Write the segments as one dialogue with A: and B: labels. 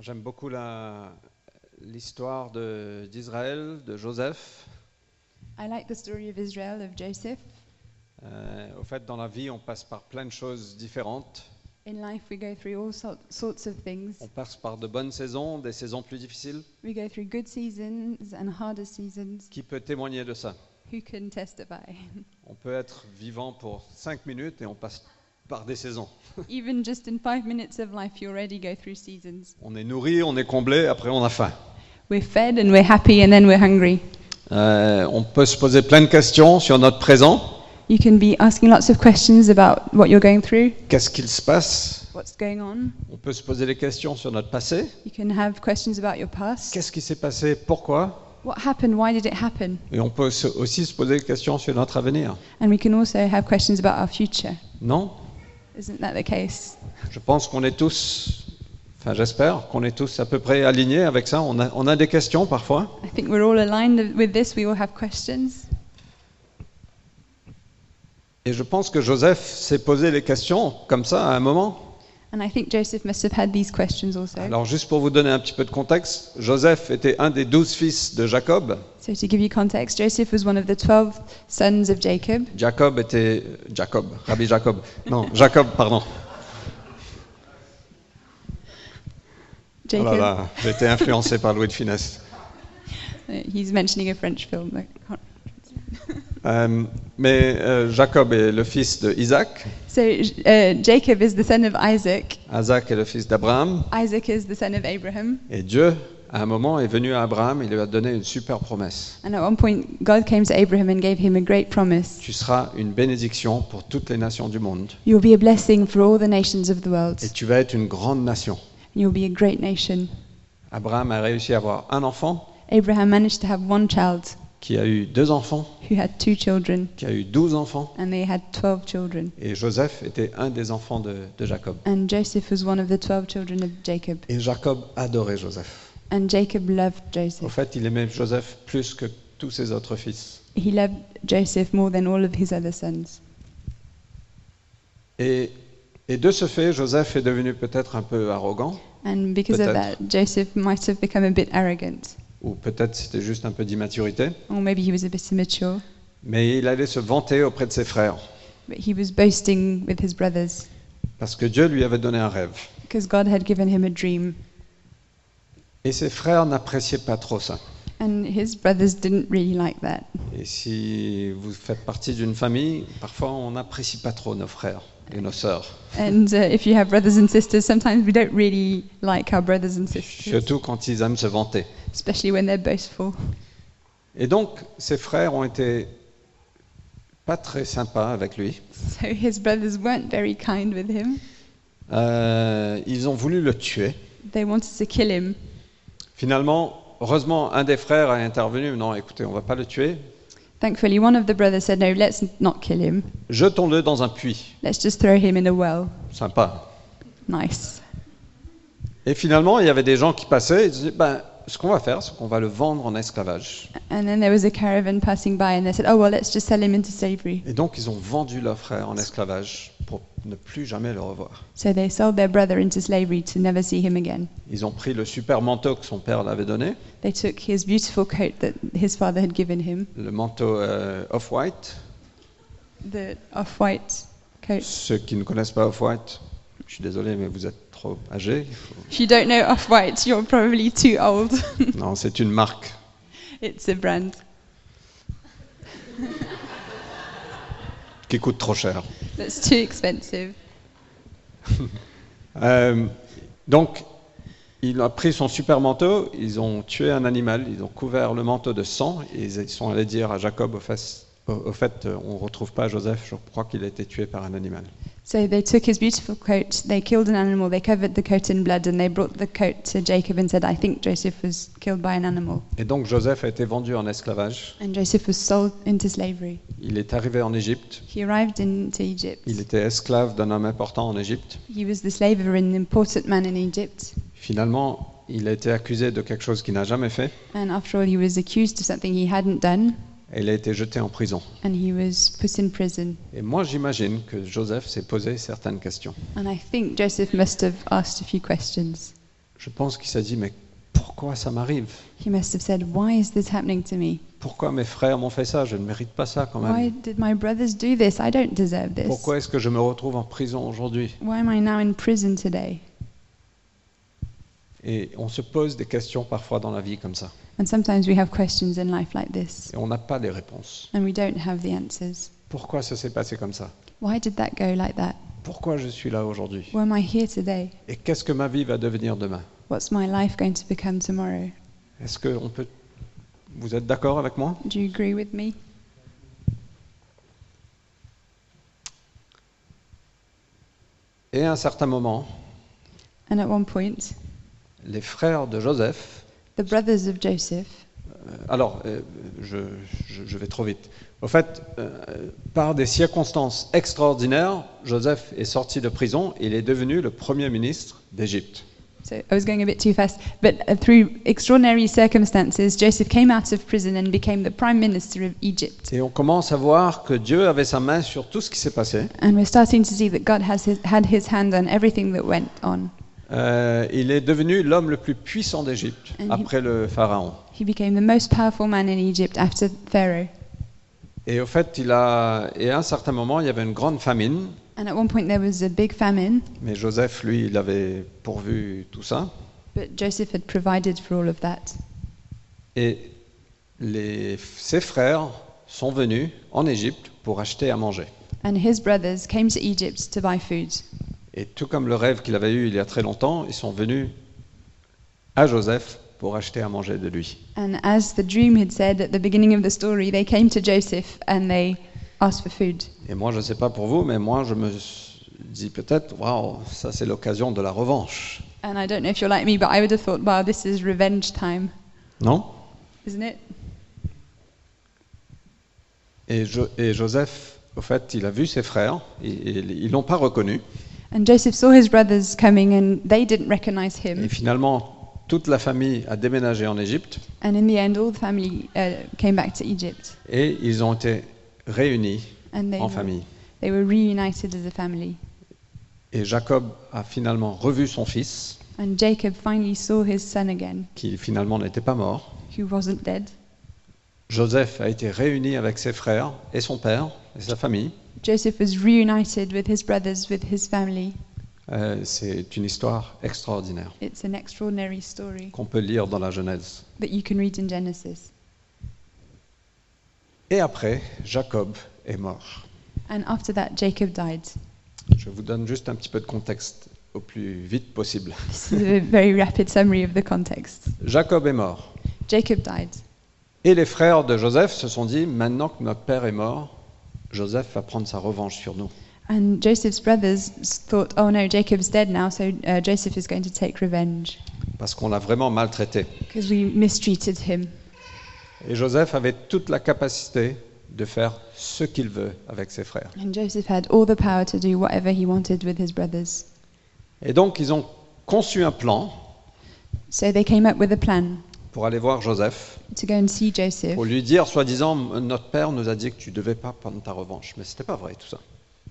A: J'aime beaucoup la- l'histoire de- d'Israël, de, Joseph.
B: I like the story of Israel, of Joseph.
A: Euh, au fait, dans la vie, on passe par plein de choses différentes.
B: In life, we go through all sort, sorts of things.
A: On passe par de bonnes saisons, des saisons plus difficiles.
B: We go through good seasons and harder seasons.
A: Qui peut témoigner de ça
B: Who can testify?
A: On peut être vivant pour cinq minutes et on passe par des saisons.
B: Even just in five minutes of life, you already go through seasons.
A: On est nourri, on est comblé, après on a faim.
B: We're fed and we're happy and then we're hungry.
A: Euh, on peut se poser plein de questions sur notre présent.
B: You can be asking lots of questions about what you're going through,
A: Qu'est-ce qu'il se passe
B: what's going on.
A: On peut se poser des questions sur notre passé.
B: You can have questions about your past.
A: Qu'est-ce qui s'est passé Pourquoi
B: What happened? Why did it happen?
A: Et on peut se- aussi se poser des questions sur notre avenir.
B: And we can also have questions about our future.
A: Non
B: Isn't that the case?
A: Je pense qu'on est tous, enfin j'espère qu'on est tous à peu près alignés avec ça. On a, on a des questions parfois.
B: I think we're all aligned with this. We all have questions.
A: Et je pense que Joseph s'est posé des questions comme ça à un moment.
B: And I think Joseph must have had these questions also.
A: Alors juste pour vous donner un petit peu de contexte, Joseph était un des douze fils de Jacob.
B: So, to give you context, Joseph was one of the 12 sons of Jacob.
A: Jacob était... Jacob, Rabbi Jacob. Non, Jacob, pardon. Oh
B: Jacob,
A: là là, j'ai été influencé par Louis de Finesse.
B: Uh, he's mentioning a French film. I can't-
A: Euh, mais euh, Jacob est le fils de Isaac.
B: So, uh, Jacob is the son of Isaac.
A: Isaac est le fils d'Abraham.
B: Isaac is the son of Abraham.
A: Et Dieu, à un moment, est venu à Abraham et lui a donné une super promesse.
B: And at one point, God came to Abraham and gave him a great promise
A: Tu seras une bénédiction pour toutes les nations du monde
B: You'll be a blessing for all the nations of the world.
A: et tu vas être une grande nation.
B: You'll be a great nation.
A: Abraham a réussi à avoir un enfant,
B: Abraham managed to have one child
A: qui a eu deux enfants,
B: who had two children,
A: qui a eu douze enfants,
B: and they had 12 children.
A: et Joseph était un des enfants de, de Jacob.
B: And Joseph was one of the 12 children of Jacob.
A: Et Jacob adorait Joseph.
B: And Jacob loved
A: Au
B: Joseph.
A: fait, il aimait Joseph plus que tous ses autres fils.
B: He loved Joseph more than all of his other sons.
A: Et, et de ce fait, Joseph est devenu peut-être un peu arrogant,
B: And because of
A: Peut-être.
B: that, Joseph might have become a bit arrogant,
A: ou peut-être c'était juste un peu d'immaturité,
B: or maybe he was a bit immature,
A: mais il allait se vanter auprès de ses frères,
B: but he was boasting with his brothers
A: parce que Dieu lui avait donné un rêve.
B: because God had given him a dream.
A: Et ses frères n'appréciaient pas trop ça.
B: And his brothers didn't really like that.
A: Et si vous faites partie d'une famille, parfois on n'apprécie pas trop nos frères et nos sœurs,
B: And uh, if you have brothers and sisters, sometimes we don't really like our brothers and sisters,
A: surtout quand ils aiment se vanter.
B: especially when they're boastful.
A: Et donc, ses frères ont été pas très sympas avec lui.
B: So his brothers weren't very kind with him.
A: Euh, ils ont voulu le tuer.
B: They wanted to kill him.
A: Finalement, heureusement, un des frères est intervenu. Non, écoutez, on va pas le tuer.
B: Thankfully, one of the brothers said, No, let's not kill him.
A: Jetons-le dans un puits.
B: Let's just throw him in a well.
A: Sympa.
B: Nice.
A: Et finalement, il y avait des gens qui passaient. Ils disaient, ben, ce qu'on va faire, c'est qu'on va le vendre en esclavage.
B: And then there was a caravan passing by, and they said, Oh, well, let's just sell him into slavery.
A: Et donc, ils ont vendu leur frère en esclavage pour ne plus jamais le revoir.
B: So they sold their brother into slavery to never see him again.
A: Ils ont pris le super manteau que son père l'avait donné,
B: They took his beautiful coat that his father had given him,
A: le manteau euh, off-white.
B: the off white coat.
A: Ceux qui ne connaissent pas off-white, je suis désolé, mais vous êtes trop âgés. il faut-
B: If you don't know off white, you're probably too old.
A: Non, c'est une marque.
B: it's a brand
A: Qui coûte trop cher.
B: that's too expensive.
A: Euh, donc, il a pris son super manteau, ils ont tué un animal, ils ont couvert le manteau de sang, et ils ils sont allés dire à Jacob, au fait, au- au fait, euh, on ne retrouve pas Joseph, je crois qu'il a été tué par un animal.
B: So they took his beautiful coat, they killed an animal, they covered the coat in blood, and they brought the coat to Jacob and said, I think Joseph was killed by an animal.
A: Et donc, Joseph a été vendu en esclavage.
B: And Joseph was sold into slavery.
A: Il est arrivé en Égypte.
B: He arrived into Egypt.
A: Il était esclave d'un homme important en Égypte.
B: He was the slave of an important man in Egypt.
A: Finalement, il a été accusé de quelque chose qu'il n'a jamais fait
B: And after all, he was accused of something he hadn't done,
A: et il a été jeté en prison.
B: and he was put in prison.
A: Et moi, j'imagine que Joseph s'est posé certaines questions.
B: And I think Joseph must have asked a few questions.
A: je pense qu'il s'est dit, mais pourquoi ça m'arrive
B: He must have said, Why is this happening to me?
A: Pourquoi mes frères m'ont fait ça Je ne mérite pas ça quand
B: Why
A: même.
B: did my brothers do this? I don't deserve this.
A: Pourquoi est-ce que je me retrouve en prison aujourd'hui
B: Why am I now in prison today?
A: Et on se pose des questions parfois dans la vie comme ça.
B: And sometimes we have questions in life like this,
A: Et on n'a pas les réponses.
B: and we don't have the answers.
A: Pourquoi ça s'est passé comme ça
B: Why did that go like that?
A: Pourquoi je suis là aujourd'hui
B: Why am I here today?
A: Et qu'est-ce que ma vie va devenir demain
B: What's my life going to become tomorrow?
A: Est-ce que on peut... Vous êtes d'accord avec moi
B: Do you agree with me?
A: Et à un certain moment,
B: And at one point,
A: les frères de Joseph
B: the brothers of Joseph,
A: Alors, euh, je, je- je vais trop vite. Au fait, euh, par des circonstances extraordinaires, Joseph est sorti de prison et il est devenu le premier ministre d'Égypte.
B: so I was going a bit too fast, but uh, through extraordinary circumstances, Joseph came out of prison and became the prime minister of Egypt.
A: Et on commence à voir que Dieu avait sa main sur tout ce qui s'est passé.
B: And we're starting to see that God has his, had his hand on everything that went on.
A: Euh, il est devenu l'homme le plus puissant d'Égypte
B: Mhm.
A: après le pharaon.
B: He became the most powerful man in Egypt after Pharaoh.
A: Et au fait, il a, et à un certain moment, il y avait une grande famine,
B: And at one point, there was a big famine,
A: mais Joseph, lui, il avait pourvu tout ça.
B: but Joseph had provided for all of that.
A: Et les- ses frères sont venus en Égypte pour acheter à manger.
B: And his brothers came to Egypt to buy food.
A: Et tout comme le rêve qu'il avait eu il y a très longtemps, ils sont venus à Joseph pour acheter à manger de lui.
B: And as the dream had said at the beginning of the story, they came to Joseph and they asked for food.
A: Et moi, je ne sais pas pour vous, mais moi, je me dis peut-être, waouh, ça c'est l'occasion de la revanche.
B: And I don't know if you're like me, but I would have thought, wow, this is revenge time,
A: Non
B: isn't it?
A: et, Jo- et Joseph, au fait, il a vu ses frères, et, et ils l'ont pas reconnu.
B: And Joseph saw his brothers coming and they didn't recognize
A: Et
B: him.
A: finalement, toute la famille a déménagé en Égypte,
B: And in the end, all the family uh, came back to Egypt.
A: et ils ont été réunis
B: And they
A: en
B: were,
A: famille.
B: they were reunited as a family.
A: Et Jacob a finalement revu son fils,
B: And Jacob finally saw his son again,
A: qui finalement n'était pas mort.
B: who wasn't dead.
A: Joseph a été réuni avec ses frères et son père et sa famille.
B: Joseph was reunited with his brothers, with his family.
A: Euh, c'est une histoire extraordinaire
B: It's an extraordinary story
A: qu'on peut lire dans la Genèse.
B: that you can read in Genesis.
A: Et après, Jacob est mort.
B: And after that, Jacob died.
A: Je vous donne juste un petit peu de contexte au plus vite possible.
B: This is a very rapid summary of the context.
A: Jacob est mort.
B: Jacob died.
A: Et les frères de Joseph se sont dit, maintenant que notre père est mort, Joseph va prendre sa revanche sur nous.
B: And Joseph's brothers s- thought, oh no, Jacob's dead now, so uh, Joseph is going to take revenge
A: Parce qu'on l'a vraiment maltraité.
B: because we mistreated him.
A: Et Joseph avait toute la capacité de faire ce qu'il veut avec ses frères.
B: And Joseph had all the power to do whatever he wanted with his brothers.
A: Et donc, ils ont conçu un plan
B: So they came up with a plan
A: pour aller voir Joseph,
B: to go and see Joseph,
A: pour lui dire, soi-disant, notre père nous a dit que tu devais pas prendre ta revanche. Mais c'était pas vrai tout ça.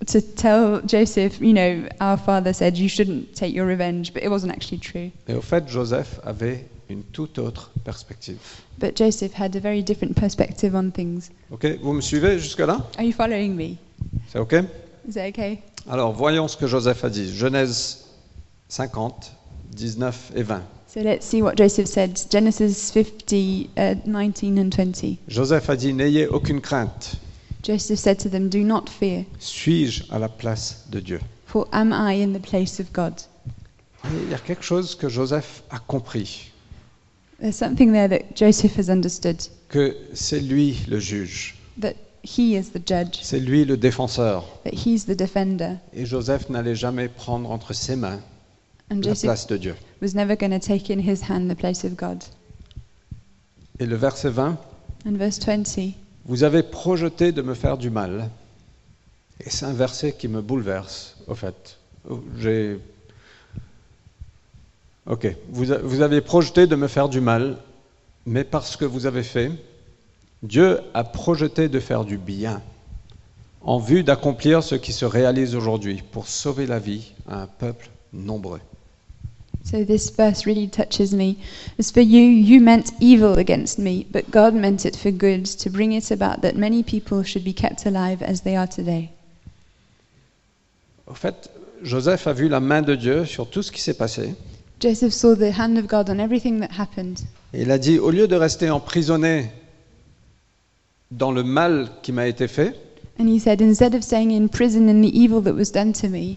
B: to tell Joseph, you know, our father said you shouldn't take your revenge, but it wasn't actually true.
A: Et au fait, Joseph avait une toute autre perspective.
B: But Joseph had a very different perspective on things.
A: Ok, vous me suivez jusque-là
B: Are you following me?
A: C'est ok
B: Is that okay?
A: Alors, voyons ce que Joseph a dit. Genèse 50, 19 et 20.
B: So let's see what Joseph said. Genesis 50, uh, 19 and 20.
A: Joseph a dit, n'ayez aucune crainte.
B: Joseph said to them, Do not fear,
A: Suis-je à la place de Dieu
B: for am I in the place of God?
A: Et Il y a quelque chose que Joseph a compris,
B: There's something there that Joseph has understood
A: que c'est lui le juge,
B: that he is the judge,
A: c'est lui le défenseur.
B: that he's the defender,
A: Et Joseph n'allait jamais prendre entre ses mains
B: and
A: la
B: Joseph
A: place de Dieu.
B: was never going to take in his hand the place of God.
A: Et le verset 20,
B: And verse 20
A: Vous avez projeté de me faire du mal. Et c'est un verset qui me bouleverse, au fait. Oh, J'ai. Ok. Vous, a- vous avez projeté de me faire du mal, mais parce que vous avez fait, Dieu a projeté de faire du bien en vue d'accomplir ce qui se réalise aujourd'hui pour sauver la vie à un peuple nombreux.
B: So this verse really touches me. As for you, you meant evil against me, but God meant it for good to bring it about that many people should be kept alive as they are today.
A: Au fait, Joseph a vu la main de Dieu sur tout ce qui s'est passé.
B: Joseph saw the hand of God on everything that happened.
A: Et il a dit, au lieu de rester emprisonné dans le mal qui m'a été fait,
B: And he said, Instead of staying in prison in the evil that was done to me,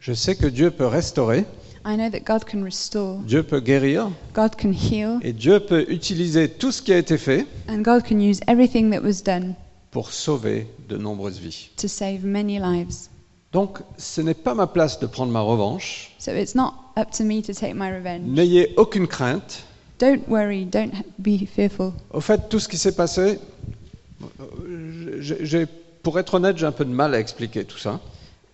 A: je sais que Dieu peut restaurer,
B: I know that God can restore,
A: Dieu peut guérir,
B: God can heal,
A: et Dieu peut utiliser tout ce qui a été fait
B: and God can use everything that was done
A: pour sauver de nombreuses vies.
B: to save many lives.
A: Donc, ce n'est pas ma place de prendre ma revanche.
B: So it's not up to me to take my revenge.
A: N'ayez aucune crainte.
B: Don't worry, don't ha- be fearful.
A: Au fait, tout ce qui s'est passé, euh, j'ai- j'ai- pour être honnête, j'ai un peu de mal à expliquer tout ça.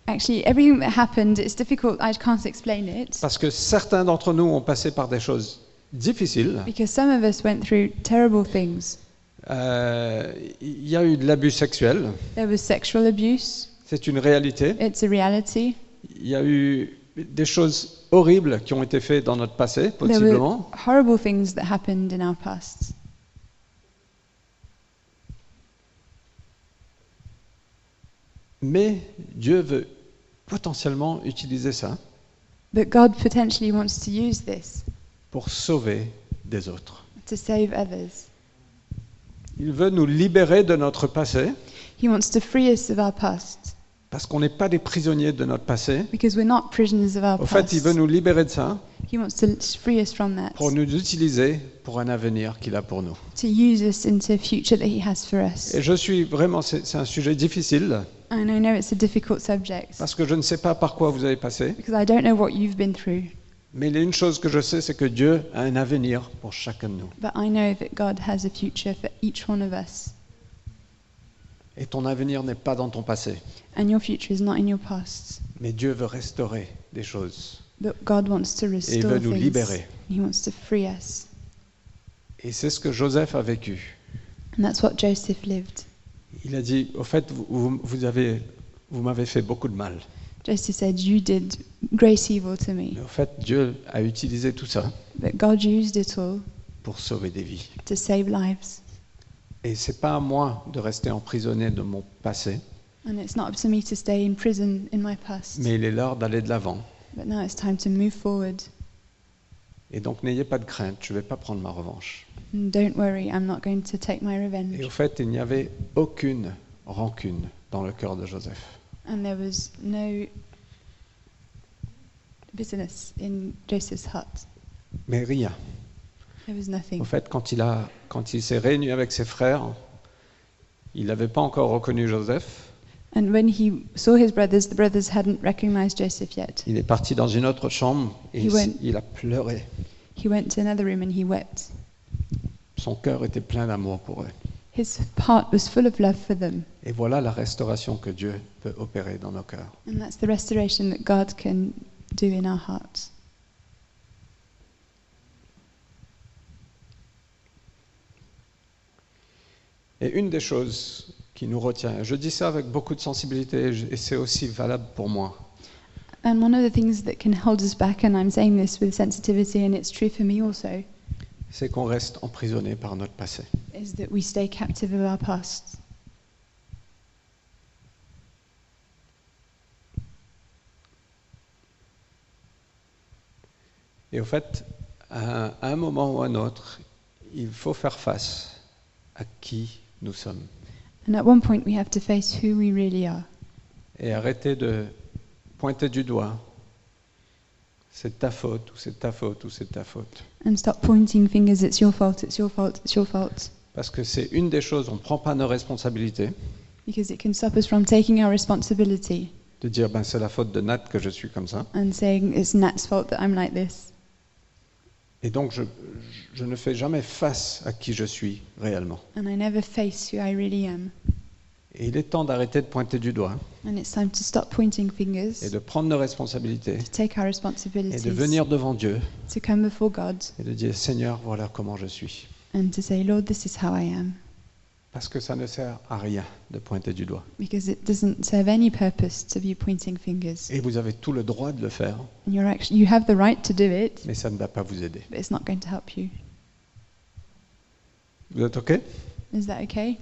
B: Actually, everything that happened, it's difficult, I can't explain it,
A: Parce que certains d'entre nous ont passé par des choses difficiles.
B: because some of us went through terrible things.
A: Euh, Il y a eu de l'abus sexuel,
B: There was sexual abuse,
A: c'est une réalité.
B: it's a reality.
A: Il y a eu des choses horribles qui ont été faites dans notre passé,
B: There were
A: possiblement.
B: horrible things that happened in our past.
A: Mais Dieu veut potentiellement utiliser ça
B: But God potentially wants to use this
A: pour sauver des autres.
B: to save others.
A: Il veut nous libérer de notre passé,
B: He wants to free us of our past
A: parce qu'on n'est pas des prisonniers de notre passé.
B: because we're not prisoners of our
A: Au fait,
B: past.
A: il veut nous libérer de ça
B: He wants to l- free us from that,
A: pour nous utiliser pour un avenir qu'il a pour nous.
B: to use us into a future that He has for us.
A: Et je suis vraiment, c'est c'est un sujet difficile
B: And I know it's a difficult subject
A: parce que je ne sais pas par quoi vous avez passé,
B: because I don't know what you've been through,
A: mais il y a une chose que je sais, c'est que Dieu a un avenir pour chacun de nous.
B: but I know that God has a future for each one of us,
A: Et ton avenir n'est pas dans ton passé,
B: and your future is not in your past.
A: mais Dieu veut restaurer des choses
B: But God wants to
A: et il
B: restore
A: veut nous
B: things.
A: libérer.
B: He wants to free us,
A: Et c'est ce que Joseph a vécu.
B: and that's what Joseph lived.
A: Il a dit, au fait, vous, vous- vous avez, vous m'avez fait beaucoup de mal.
B: Joseph said, "You did great evil to me."
A: Mais au fait, Dieu a utilisé tout ça
B: But God used it all
A: pour sauver des vies.
B: to save lives.
A: Et c'est pas à moi de rester emprisonné de mon passé,
B: And it's not up to me to stay in prison in my past.
A: mais il est l'heure d'aller de l'avant.
B: But now it's time to move forward.
A: Et donc n'ayez pas de crainte, je ne vais pas prendre ma revanche.
B: And Mm, don't worry, I'm not going to take my
A: Et au
B: revenge.
A: fait, il n'y avait aucune rancune dans le cœur de Joseph.
B: And there was no bitterness in Joseph's heart.
A: Mais rien.
B: There was nothing.
A: Au fait, quand il, a, quand il s'est réuni avec ses frères, il n'avait pas encore reconnu Joseph.
B: And when he saw his brothers, the brothers hadn't recognized Joseph yet.
A: Il est parti dans une autre chambre et
B: He
A: il, s-
B: went-
A: il a pleuré.
B: He went to another room and he wept.
A: Son cœur était plein d'amour pour eux.
B: His heart was full of love for them.
A: Et voilà la restauration que Dieu peut opérer dans nos cœurs.
B: And that's the restoration that God can do in our hearts.
A: Et une des choses qui nous retient, je dis ça avec beaucoup de sensibilité et je- et c'est aussi valable pour moi,
B: And one of the things that can hold us back, and I'm saying this with sensitivity, and it's true for me also,
A: c'est qu'on reste emprisonné par notre passé.
B: is that we stay captive of our past.
A: Et au fait, à un, à un moment ou à un autre, il faut faire face à qui nous sommes
B: And at one point, we have to face who we really are
A: et arrêter de pointer du doigt. C'est ta faute ou c'est ta faute ou c'est ta faute.
B: and stop pointing fingers, it's your fault, it's your fault, it's your fault.
A: Parce que c'est une des choses, on ne prend pas nos responsabilités
B: Because it can stop us from taking our responsibility
A: de dire ben, c'est la faute de Nat que je suis comme ça.
B: and saying it's Nat's fault that I'm like this.
A: Et donc je, je ne fais jamais face à qui je suis réellement.
B: And I never face who I really am.
A: Et il est temps d'arrêter de pointer du doigt
B: And it's time to stop pointing
A: et
B: fingers,
A: de prendre nos responsabilités
B: to take our
A: et de
B: responsibilities,
A: venir devant Dieu
B: to come before God
A: et de dire Seigneur, voilà comment je suis.
B: and to say, Lord, this is how I am.
A: Parce que ça ne sert à rien de pointer du doigt.
B: because it doesn't serve any purpose to be pointing fingers.
A: Et vous avez tout le droit de le faire,
B: And you're actually, you have the right to do it,
A: mais ça ne va pas vous aider.
B: but it's not going to help you.
A: Vous êtes OK
B: Is that okay?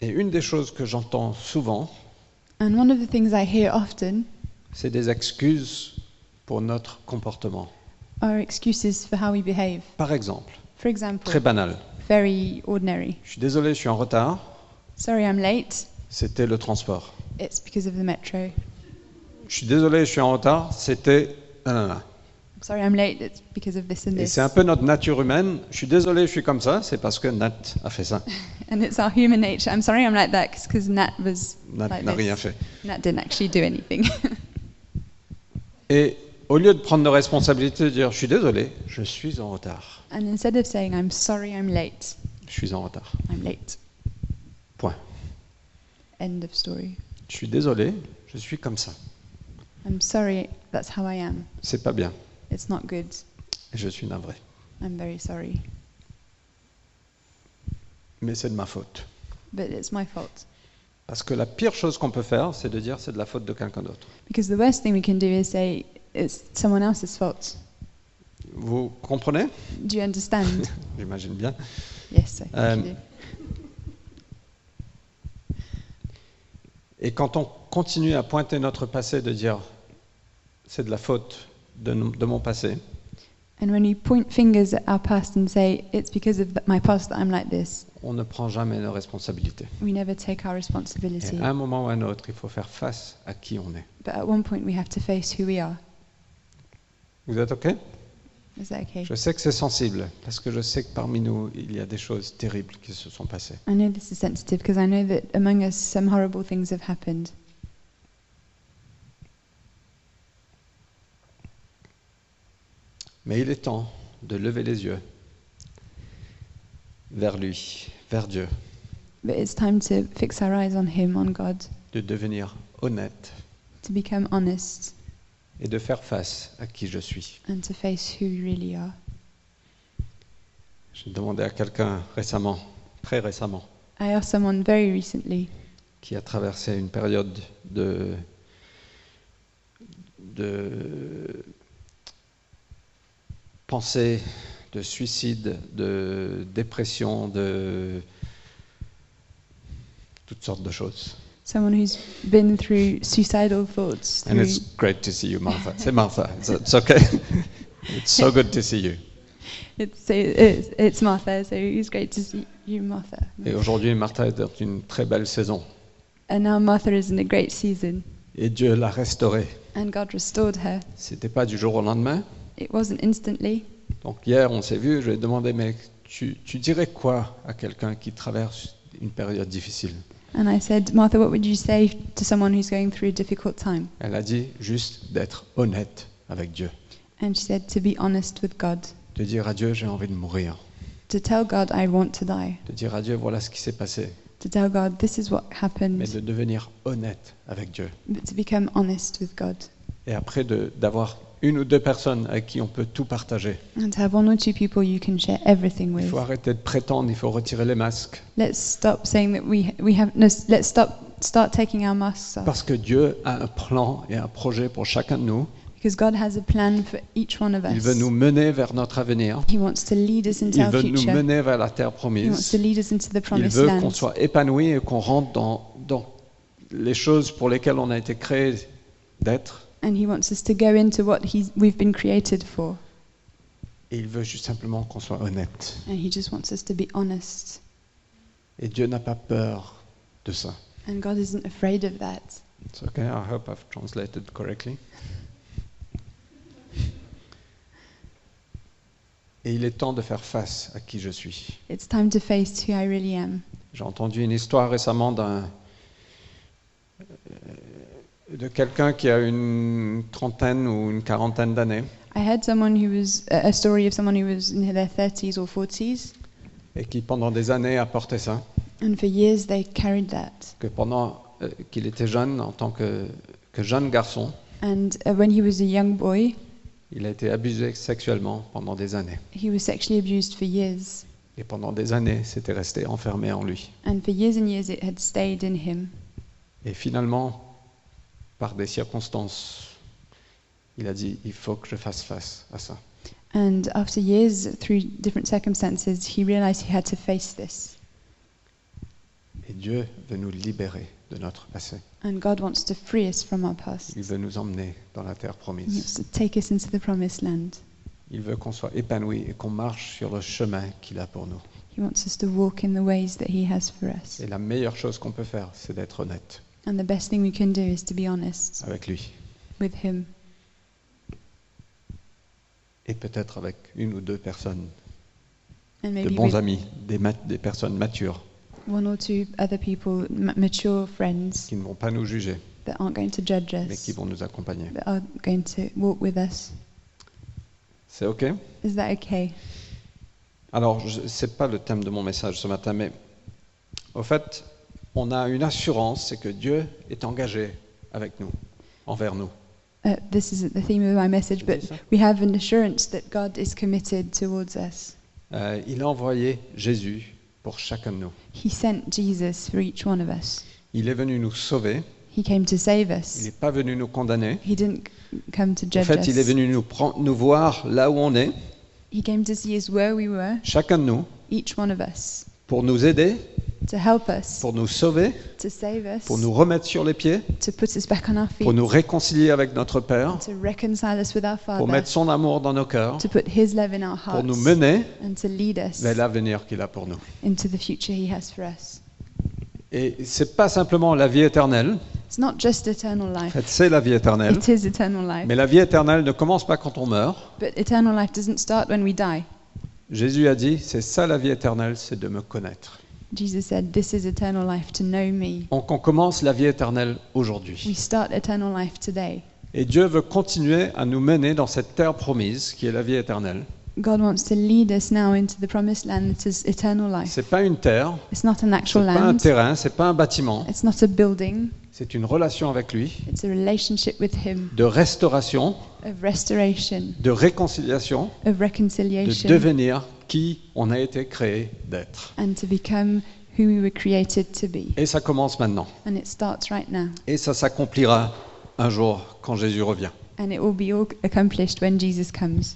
A: Et une des choses que j'entends souvent,
B: And one of the things I hear often
A: c'est des excuses pour notre comportement.
B: are excuses for how we behave.
A: Par exemple,
B: For example,
A: très banal,
B: very ordinary.
A: je suis désolé, je suis en retard,
B: Sorry, I'm late.
A: c'était le transport.
B: It's because of the metro.
A: Je suis désolé, je suis en retard, c'était... nanana.
B: I'm sorry, I'm late. It's because of this and
A: Et
B: this.
A: c'est un peu notre nature humaine, je suis désolé, je suis comme ça, c'est parce que Nat a fait ça.
B: And it's our human nature. I'm sorry, I'm like that because Nat was
A: Nat
B: like
A: n'a
B: this.
A: rien fait.
B: Nat didn't actually do anything.
A: Et au lieu de prendre nos responsabilités, de dire je suis désolé, je suis en retard.
B: and instead of saying, I'm sorry, I'm late,
A: Je suis en retard.
B: I'm late.
A: Point.
B: End of story.
A: Je suis désolé, je suis comme ça.
B: I'm sorry, that's how I am.
A: C'est pas bien.
B: It's not good.
A: Je suis navré.
B: I'm very sorry.
A: Mais c'est de ma faute.
B: But it's my fault.
A: Parce que la pire chose qu'on peut faire, c'est de dire c'est de la faute de quelqu'un d'autre.
B: Because the worst thing we can do is say, it's someone else's fault.
A: Vous comprenez
B: Do you understand?
A: J'imagine bien.
B: yes, I think
A: Um,
B: you do.
A: Et quand on continue à pointer notre passé, de dire c'est de la faute de, no- de mon passé,
B: And when you point fingers at our past and say, it's because of th- my past that I'm like this,
A: on ne prend jamais nos responsabilités.
B: we never take our
A: Et
B: responsibility.
A: à un moment ou à un autre, il faut faire face à qui on est.
B: But at one point, we have to face who we are.
A: Vous êtes OK
B: Is that okay?
A: Je sais que c'est sensible, parce que je sais que parmi nous, il y a des choses terribles qui se sont passées.
B: I know this is sensitive because I know that among us, some horrible things have happened.
A: Mais il est temps de lever les yeux vers lui, vers Dieu,
B: But it's time to fix our eyes on Him, on God,
A: de devenir honnête
B: to become honest
A: et de faire face à qui je suis.
B: and to face who we really are.
A: J'ai demandé à quelqu'un récemment, très récemment,
B: I asked someone very recently
A: qui a traversé une période de, de pensée, de suicide, de dépression, de toutes sortes de choses.
B: someone who's been through suicidal thoughts.
A: And
B: through-
A: it's great to see you, Martha. C'est Martha. It's, it's okay. It's so good to see you.
B: it's, so- it's, it's Martha, so it's great to see you, Martha.
A: Et aujourd'hui, Martha est dans une très belle saison.
B: And now Martha is in a great season,
A: Et Dieu l'a restaurée.
B: and God restored her.
A: C'était pas du jour au lendemain.
B: It wasn't instantly.
A: Donc hier, on s'est vu, je lui ai demandé, mais tu, tu dirais quoi à quelqu'un qui traverse une période difficile
B: And I said, Martha, what would you say to someone who's going through a difficult time?
A: Elle a dit juste d'être honnête avec Dieu,
B: And she said, to be honest with God,
A: de dire à Dieu, j'ai envie de mourir,
B: to tell God I want to die,
A: de dire à Dieu, voilà ce qui s'est passé,
B: to tell God this is what
A: mais
B: happened,
A: de devenir honnête avec Dieu.
B: but to become honest with God
A: Et après, de- d'avoir une ou deux personnes avec qui on peut tout partager.
B: and to have one or two people you can share everything
A: Il
B: with.
A: faut arrêter de prétendre, il faut retirer les masques,
B: Let's stop saying that we we have no, s- let's stop start taking our masks off
A: parce que Dieu a un plan et un projet pour chacun de nous.
B: because God has a plan for each one of
A: Il veut
B: us.
A: nous mener vers notre avenir,
B: He wants to lead us into
A: il
B: our
A: veut nous
B: future.
A: mener vers la terre
B: He wants
A: promise.
B: to lead us into the
A: Il
B: promised
A: veut qu'on
B: land.
A: soit épanoui et qu'on rentre dans, dans les choses pour lesquelles on a été créé d'être.
B: And he wants us to go into what he's, we've been created for.
A: Et il veut juste simplement qu'on soit honnête.
B: And he just wants us to be honest.
A: Et Dieu n'a pas peur de ça.
B: And God isn't afraid of that.
A: It's okay, I hope I've translated correctly. Et il est temps de faire face à qui je suis.
B: It's time to face who I really am.
A: J'ai entendu une histoire récemment d'un euh, de quelqu'un qui a une trentaine ou une quarantaine d'années
B: I heard someone who was a a story of someone who was in their 30s or 40s,
A: et qui pendant des années a porté ça.
B: and for years they carried that.
A: que pendant euh, qu'il était jeune, en tant que, que jeune garçon,
B: And uh, when he was a young boy,
A: Il a été abusé sexuellement pendant des années.
B: He was sexually abused for years,
A: Et pendant des années, c'était resté enfermé en lui.
B: and for years and years it had stayed in him.
A: Et finalement, par des circonstances, il a dit, il faut que je fasse face à ça.
B: And after years, through different circumstances, he realized he had to face this.
A: Et Dieu veut nous libérer de notre passé.
B: And God wants to free us from our past.
A: Il veut nous emmener dans la terre
B: He
A: promise.
B: wants to take us into the promised land.
A: Il veut qu'on soit épanoui et qu'on marche sur le chemin qu'il a pour nous.
B: He wants us to walk in the ways that He has for us.
A: Et la meilleure chose qu'on peut faire, c'est d'être honnête
B: And the best thing we can do is to be honest
A: avec lui.
B: with Him
A: Et peut-être avec une ou deux personnes,
B: and
A: de
B: maybe
A: bons
B: with
A: amis, des, ma- des personnes matures,
B: one or two other people, m- mature friends
A: qui ne vont pas nous juger,
B: that aren't going to judge
A: mais
B: us,
A: qui vont nous accompagner.
B: that are going to walk with us.
A: C'est OK
B: Is that okay?
A: Alors, ce n'est pas le thème de mon message ce matin, mais au fait, on a une assurance, c'est que Dieu est engagé avec nous, envers nous.
B: Uh, this isn't the theme of my message, but
A: Lisa?
B: we have an assurance that God is committed towards us.
A: Euh, il a envoyé Jésus pour chacun de nous.
B: He sent Jesus for each one of us.
A: Il est venu nous sauver,
B: He came to save
A: il
B: us.
A: n'est pas venu nous condamner.
B: He didn't c- come to
A: En
B: judge
A: fait, il est
B: us.
A: venu nous, prendre- nous voir là où on est,
B: He came to see us where we were,
A: chacun de nous,
B: each one of us,
A: pour nous aider,
B: to help us,
A: pour nous sauver,
B: to save us,
A: pour nous remettre sur les pieds,
B: to put us back on our
A: pour
B: feet,
A: nous réconcilier avec notre Père,
B: to reconcile us with our
A: pour
B: Father,
A: mettre son amour dans nos cœurs,
B: to put His love in our
A: pour nous
B: hearts,
A: mener
B: and to lead us
A: vers l'avenir qu'il a pour nous.
B: into the future He has for us.
A: Et c'est pas simplement la vie éternelle,
B: It's not just eternal
A: en
B: life,
A: fait c'est la vie éternelle,
B: it is eternal life.
A: mais la vie éternelle ne commence pas quand on meurt.
B: But eternal life doesn't start when we die.
A: Jésus a dit, c'est ça la vie éternelle, c'est de me connaître.
B: Jesus said, This is eternal life, to know me.
A: Donc on commence la vie éternelle
B: We
A: aujourd'hui.
B: start eternal life today.
A: Et Dieu veut continuer à nous mener dans cette terre promise qui est la vie éternelle.
B: God wants to lead us now into the promised land that is eternal life.
A: C'est pas une terre,
B: It's not an actual
A: c'est pas un
B: land,
A: terrain, c'est pas un bâtiment,
B: it's not a building,
A: c'est une relation avec lui,
B: it's a relationship with Him
A: de restauration,
B: of restoration,
A: de réconciliation,
B: of
A: de
B: reconciliation,
A: devenir qui on a été créé d'être.
B: and to become who we were created to be.
A: Et ça commence maintenant.
B: And it starts right now,
A: Et ça s'accomplira un jour quand Jésus revient.
B: and it will be all accomplished when Jesus comes.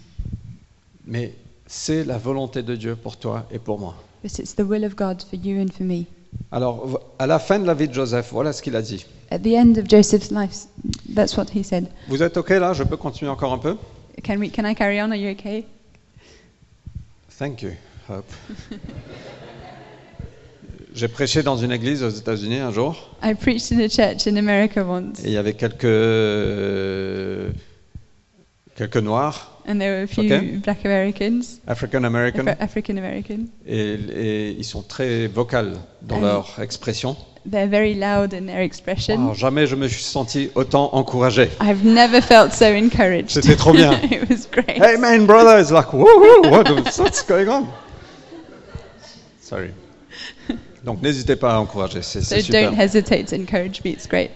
A: Mais c'est la volonté de Dieu pour toi et pour moi.
B: But it's the will of God for you and for me.
A: Alors, vo- à la fin de la vie de Joseph, voilà ce qu'il a dit.
B: At the end of Joseph's life, that's what he said.
A: Vous êtes OK là Je peux continuer encore un peu
B: Can we? Can I carry on? Are you okay?
A: Thank you, Hope. J'ai prêché dans une église aux États-Unis un jour,
B: I preached in a church in America
A: et
B: once,
A: il y avait quelques, euh, quelques noirs,
B: and there were a few
A: Okay.
B: black Americans,
A: African American,
B: Afri- African American.
A: et, et ils sont très vocaux dans
B: Ah.
A: leur expression.
B: They're very loud in their expression.
A: Alors, jamais je me suis senti autant encouragé.
B: I've never felt so encouraged.
A: C'était trop bien.
B: it was great.
A: Amen, brother. It's like, woohoo, what the- what's going on? Sorry. Donc n'hésitez pas à encourager, c'est
B: so
A: c'est super.
B: don't hesitate to encourage me. It's great.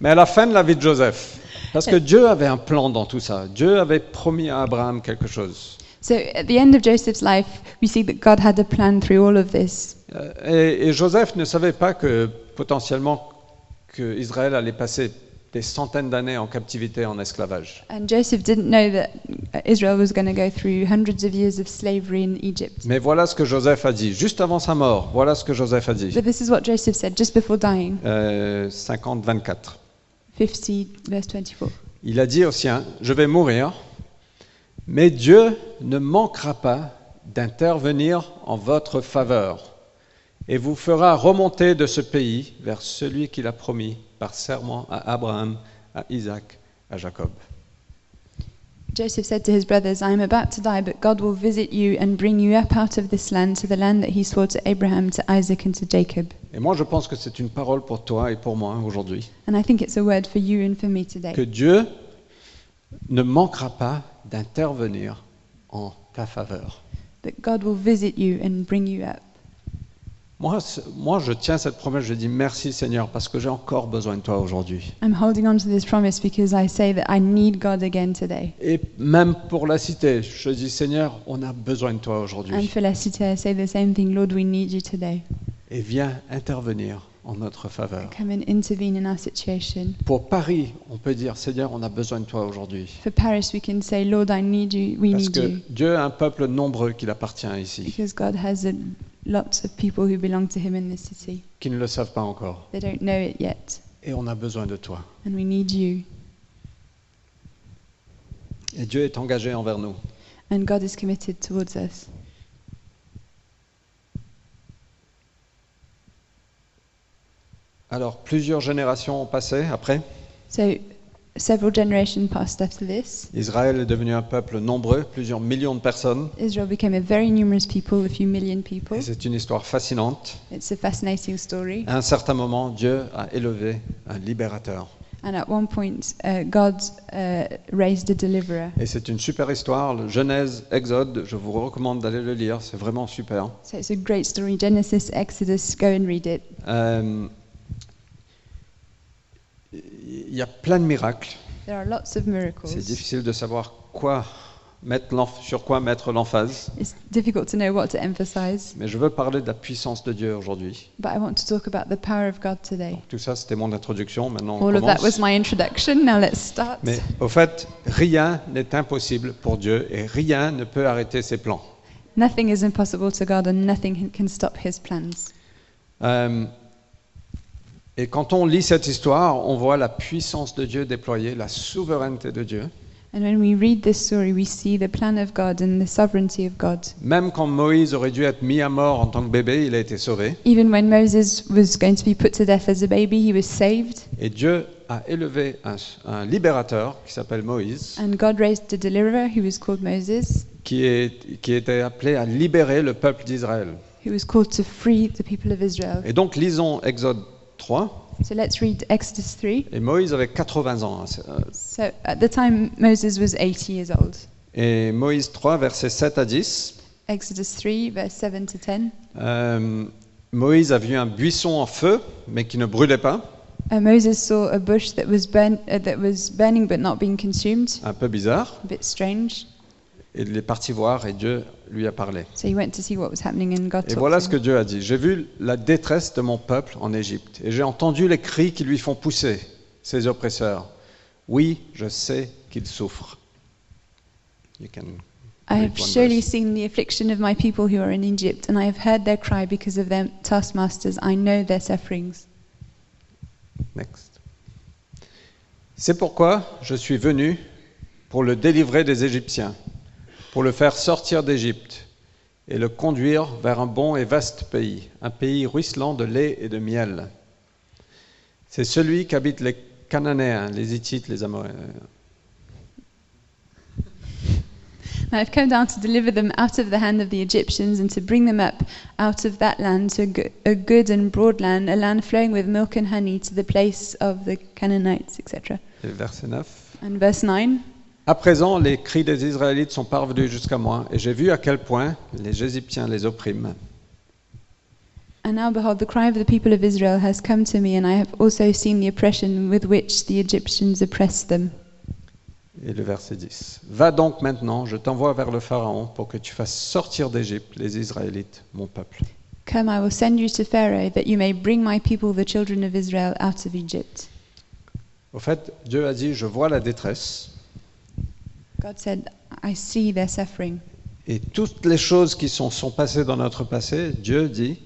A: Mais à la fin de la vie de Joseph, parce que Dieu avait un plan dans tout ça. Dieu avait promis à Abraham quelque chose.
B: So at the end of Joseph's life, we see that God had a plan through all of this,
A: Euh, Et, et Joseph ne savait pas que potentiellement que Israël allait passer des centaines d'années en captivité, en esclavage.
B: and Joseph didn't know that Israel was going to go through hundreds of years of slavery in Egypt.
A: Mais voilà ce que Joseph a dit, juste avant sa mort. Voilà ce que Joseph a dit.
B: But this is what Joseph said just before dying,
A: Euh, 50-24.
B: 50 verse 24.
A: Il a dit aux siens, je vais mourir, mais Dieu ne manquera pas d'intervenir en votre faveur et vous fera remonter de ce pays vers celui qu'il a promis par serment à Abraham, à Isaac, à Jacob.
B: Joseph said to his brothers, I am about to die, but God will visit you and bring you up out of this land to the land that he swore to Abraham, to Isaac, and to Jacob.
A: Et moi, je pense que c'est une parole pour toi et pour moi hein, aujourd'hui,
B: And I think it's a word for you and for me
A: que
B: today
A: Dieu ne manquera pas d'intervenir en ta faveur.
B: that God will visit you and bring you up.
A: Moi, c- moi, je tiens cette promesse, je dis merci Seigneur, parce que j'ai encore besoin de toi aujourd'hui.
B: I'm holding on to this promise because I say that I need God again today.
A: Et même pour la cité, je dis Seigneur, on a besoin de toi
B: And
A: aujourd'hui.
B: for La Cité, I say the same thing Lord, we need you today.
A: Et viens intervenir en notre faveur.
B: Come and intervene in our situation.
A: Pour Paris, on peut dire Seigneur, on a besoin de toi aujourd'hui.
B: For Paris, we can say, Lord, I need you, we
A: Parce
B: need
A: que
B: you.
A: Dieu a un peuple nombreux qui l'appartient ici,
B: Because God has a, lots of people who belong to Him in this city.
A: qui ne le savent pas encore.
B: They don't know it yet.
A: Et on a besoin de toi.
B: And we need you.
A: Et Dieu est engagé envers nous.
B: And God is committed towards us.
A: Alors, plusieurs générations ont passé après.
B: So, several generations passed after this.
A: Israël est devenu un peuple nombreux, plusieurs millions de personnes.
B: Israel became a very numerous people, a few million people.
A: Et c'est une histoire fascinante.
B: It's a fascinating story.
A: À un certain moment, Dieu a élevé un libérateur.
B: And at one point, uh, God uh, raised a deliverer.
A: Et c'est une super histoire, le Genèse, Exode, je vous recommande d'aller le lire, c'est vraiment super.
B: So it's a great story. Genesis, Exodus, go and read it.
A: Euh, Il y a plein de miracles.
B: There are lots of
A: C'est
B: miracles.
A: difficile de savoir quoi mettre l'en- sur quoi mettre l'emphase.
B: It's difficult to know what to emphasize,
A: Mais je veux parler de la puissance de Dieu aujourd'hui.
B: but I want to talk about the power of God today.
A: Tout ça, c'était mon introduction. Maintenant, on
B: All of that
A: commence.
B: was my introduction. Now let's start.
A: Mais au fait, rien n'est impossible pour Dieu et rien ne peut arrêter ses plans.
B: Nothing is impossible to God, and nothing can stop His plans.
A: Euh, et quand on lit cette histoire, on voit la puissance de Dieu déployée, la souveraineté de Dieu.
B: And when we read this story, we see the plan of God and the sovereignty of God.
A: Même quand Moïse aurait dû être mis à mort en tant que bébé, il a été sauvé.
B: Even when Moses was going to be put to death as a baby, he was saved,
A: Et Dieu a élevé un, un libérateur qui s'appelle Moïse,
B: and God raised a deliverer who was called Moses,
A: qui, est- qui était appelé à libérer le peuple d'Israël.
B: who was called to free the people of Israel.
A: Et donc lisons Exode 3.
B: So let's read Exodus 3.
A: Et Moïse avait 80 ans. hein, c'est- euh,
B: So at the time, Moses was 80 years old.
A: Et Moïse 3, versets 7 à 10.
B: Exodus 3, verse 7 to 10.
A: Euh, Moïse a vu un buisson en feu, mais qui ne brûlait pas.
B: Uh, Moses saw a bush that was, burn, uh, that was burning but not being consumed.
A: Un peu bizarre.
B: A bit strange.
A: Et il est parti voir et Dieu lui a parlé.
B: So he went to see what was happening and God
A: Et
B: talked
A: voilà
B: to
A: ce
B: him.
A: que Dieu a dit. J'ai vu la détresse de mon peuple en Égypte, et j'ai entendu les cris qui lui font pousser, ses oppresseurs. Oui, je sais qu'ils souffrent. You can
B: I
A: read
B: have
A: one
B: surely
A: verse.
B: seen the affliction of my people who are in Egypt, and I have heard their cry because of their taskmasters. I know their sufferings.
A: Next. C'est pourquoi je suis venu pour le délivrer des Égyptiens, pour le faire sortir d'Égypte et le conduire vers un bon et vaste pays, un pays ruisselant de lait et de miel. C'est celui qu'habitent les Cananéens, les Hittites, les Amoréens.
B: And I have come down to deliver them out of the hand of the Egyptians and to bring them up out of that land to a go- a good and broad land, a land flowing with milk and honey, to the place of the Canaanites, etc.
A: Et le verset 9.
B: And verse 9.
A: À présent, les cris des Israélites sont parvenus jusqu'à moi, et j'ai vu à quel point les Égyptiens les oppriment.
B: And now behold, the cry of the people of Israel has come to me, and I have also seen the oppression with which the Egyptians oppress them.
A: Et le verset 10. Va donc maintenant, je t'envoie vers le Pharaon pour que tu fasses sortir d'Égypte les Israélites, mon peuple.
B: Come, I will send you to Pharaoh, that you may bring my people, the children of Israel, out of Egypt.
A: Au fait, Dieu a dit, je vois la détresse
B: God said, I see their suffering.
A: et toutes les choses qui sont, sont passées dans notre passé, Dieu dit,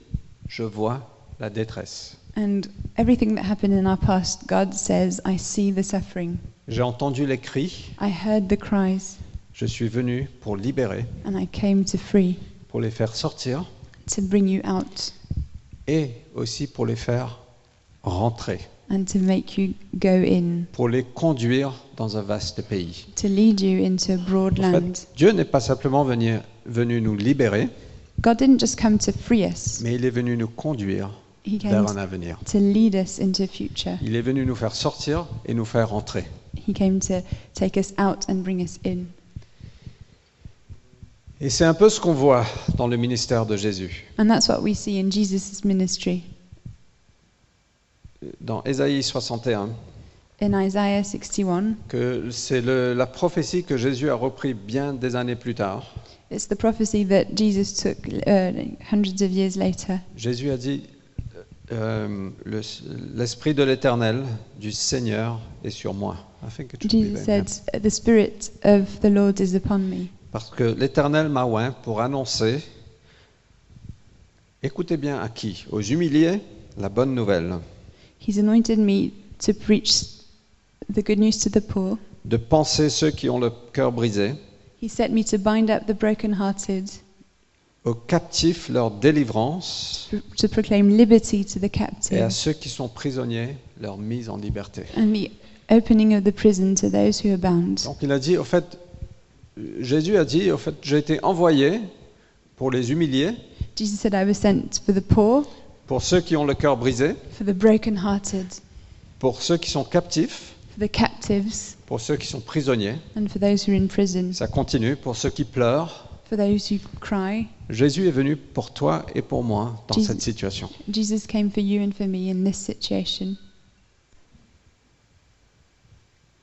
A: je vois la détresse.
B: And everything that happened in our past, God says, I see the suffering.
A: J'ai entendu les cris,
B: I heard the cries,
A: je suis venu pour libérer,
B: and I came to free,
A: pour les faire sortir
B: to bring you out,
A: et aussi pour les faire rentrer,
B: and to make you go in,
A: pour les conduire dans un vaste pays.
B: to lead you into a broad
A: En fait,
B: land.
A: Dieu n'est pas simplement venu- venu nous libérer,
B: God didn't just come to free us,
A: Mais il est venu nous conduire
B: He came
A: vers un avenir.
B: to lead us into future.
A: Il est venu nous faire sortir et nous faire entrer.
B: He came to take us out and bring us in.
A: Et c'est un peu ce qu'on voit dans le ministère de Jésus.
B: And that's what we see in Jesus' ministry.
A: Dans Ésaïe 61,
B: In Isaiah 61,
A: que c'est le- la prophétie que Jésus a repris bien des années plus tard.
B: it's the prophecy that Jesus took uh, hundreds of years later.
A: Jésus a dit, euh, le- l'Esprit de l'Éternel, du Seigneur, est sur moi. I think it should be
B: Jesus
A: there.
B: said, The Spirit of the Lord is upon me.
A: Parce que l'Éternel m'a oint pour annoncer, écoutez bien à qui Aux humiliés, la bonne nouvelle,
B: He's anointed me to preach the good news to the poor.
A: de penser ceux qui ont le cœur brisé,
B: He set me to bind up the brokenhearted,
A: aux captifs leur délivrance,
B: pr- to proclaim liberty to the
A: et à
B: captive,
A: ceux qui sont prisonniers, leur mise en liberté.
B: and the opening of the prison to those who are bound.
A: Donc il a dit, au fait, euh, Jésus a dit, au fait, j'ai été envoyé pour les humilier,
B: Jesus said, I was sent for the poor,
A: pour ceux qui ont le cœur brisé,
B: for the brokenhearted,
A: pour ceux qui sont captifs,
B: for the captives,
A: pour ceux qui sont prisonniers.
B: and for those who are in prison,
A: Ça continue, pour ceux qui pleurent.
B: for those who cry.
A: Jésus est venu pour toi et pour moi dans
B: Jésus-
A: cette situation.
B: Jesus came for you and for me in this situation.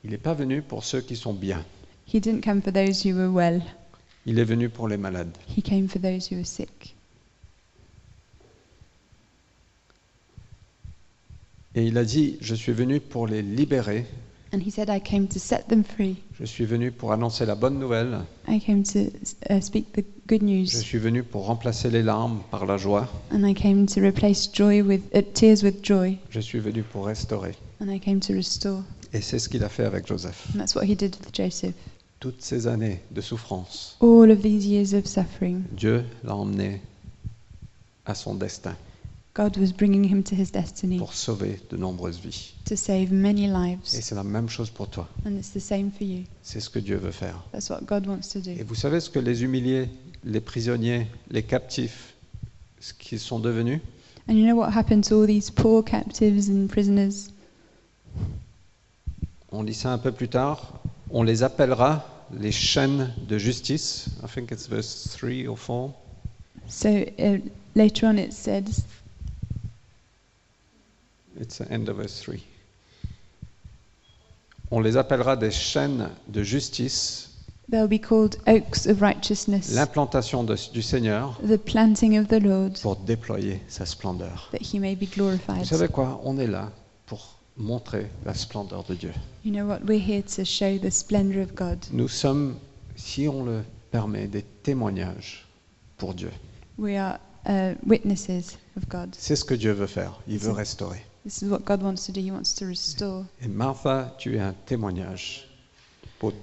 A: Il n'est pas venu pour ceux qui sont bien.
B: He didn't come for those who were well,
A: Il est venu pour les malades.
B: he came for those who were sick.
A: Et il a dit, je suis venu pour les libérer.
B: And he said, I came to set them free.
A: Je suis venu pour annoncer la bonne nouvelle.
B: I came to uh, speak the good
A: Je
B: news,
A: suis venu pour remplacer les larmes par la joie.
B: and I came to replace joy with uh, tears with joy,
A: Je suis venu pour restaurer.
B: and I came to restore.
A: Et c'est ce qu'il a fait avec Joseph.
B: And that's what he did with Joseph.
A: Toutes ces années de souffrance,
B: All of these years of suffering,
A: Dieu l'a emmené à son destin
B: God was bringing him to his destiny
A: pour sauver de nombreuses vies.
B: to save many
A: Et
B: lives,
A: c'est la même chose pour toi.
B: and it's the same for you.
A: C'est ce que Dieu veut faire.
B: That's what God wants to
A: Et
B: do.
A: vous savez ce que les humiliés, les prisonniers, les captifs, ce qu'ils sont devenus
B: And you know what happened to all these poor captives and prisoners?
A: On lit ça un peu plus tard. On les appellera les chaînes de justice. I think it's verse 3 or 4.
B: So uh, later on, it said,
A: It's the end of verse 3. On les appellera des chaînes de justice,
B: "They'll be called oaks of righteousness,
A: l'implantation de- du Seigneur
B: the planting of the Lord,
A: pour déployer sa splendeur.
B: that He may be
A: Vous
B: glorified."
A: savez quoi On est là pour montrer la splendeur de Dieu.
B: You know what? We're here to show the splendor of God.
A: Nous sommes, si on le permet, des témoignages pour Dieu.
B: We are uh, witnesses of God.
A: C'est ce que Dieu veut faire. Il veut
B: C'est-
A: restaurer.
B: This is what God wants to do. He wants to restore.
A: Et Martha, tu es un témoignage pour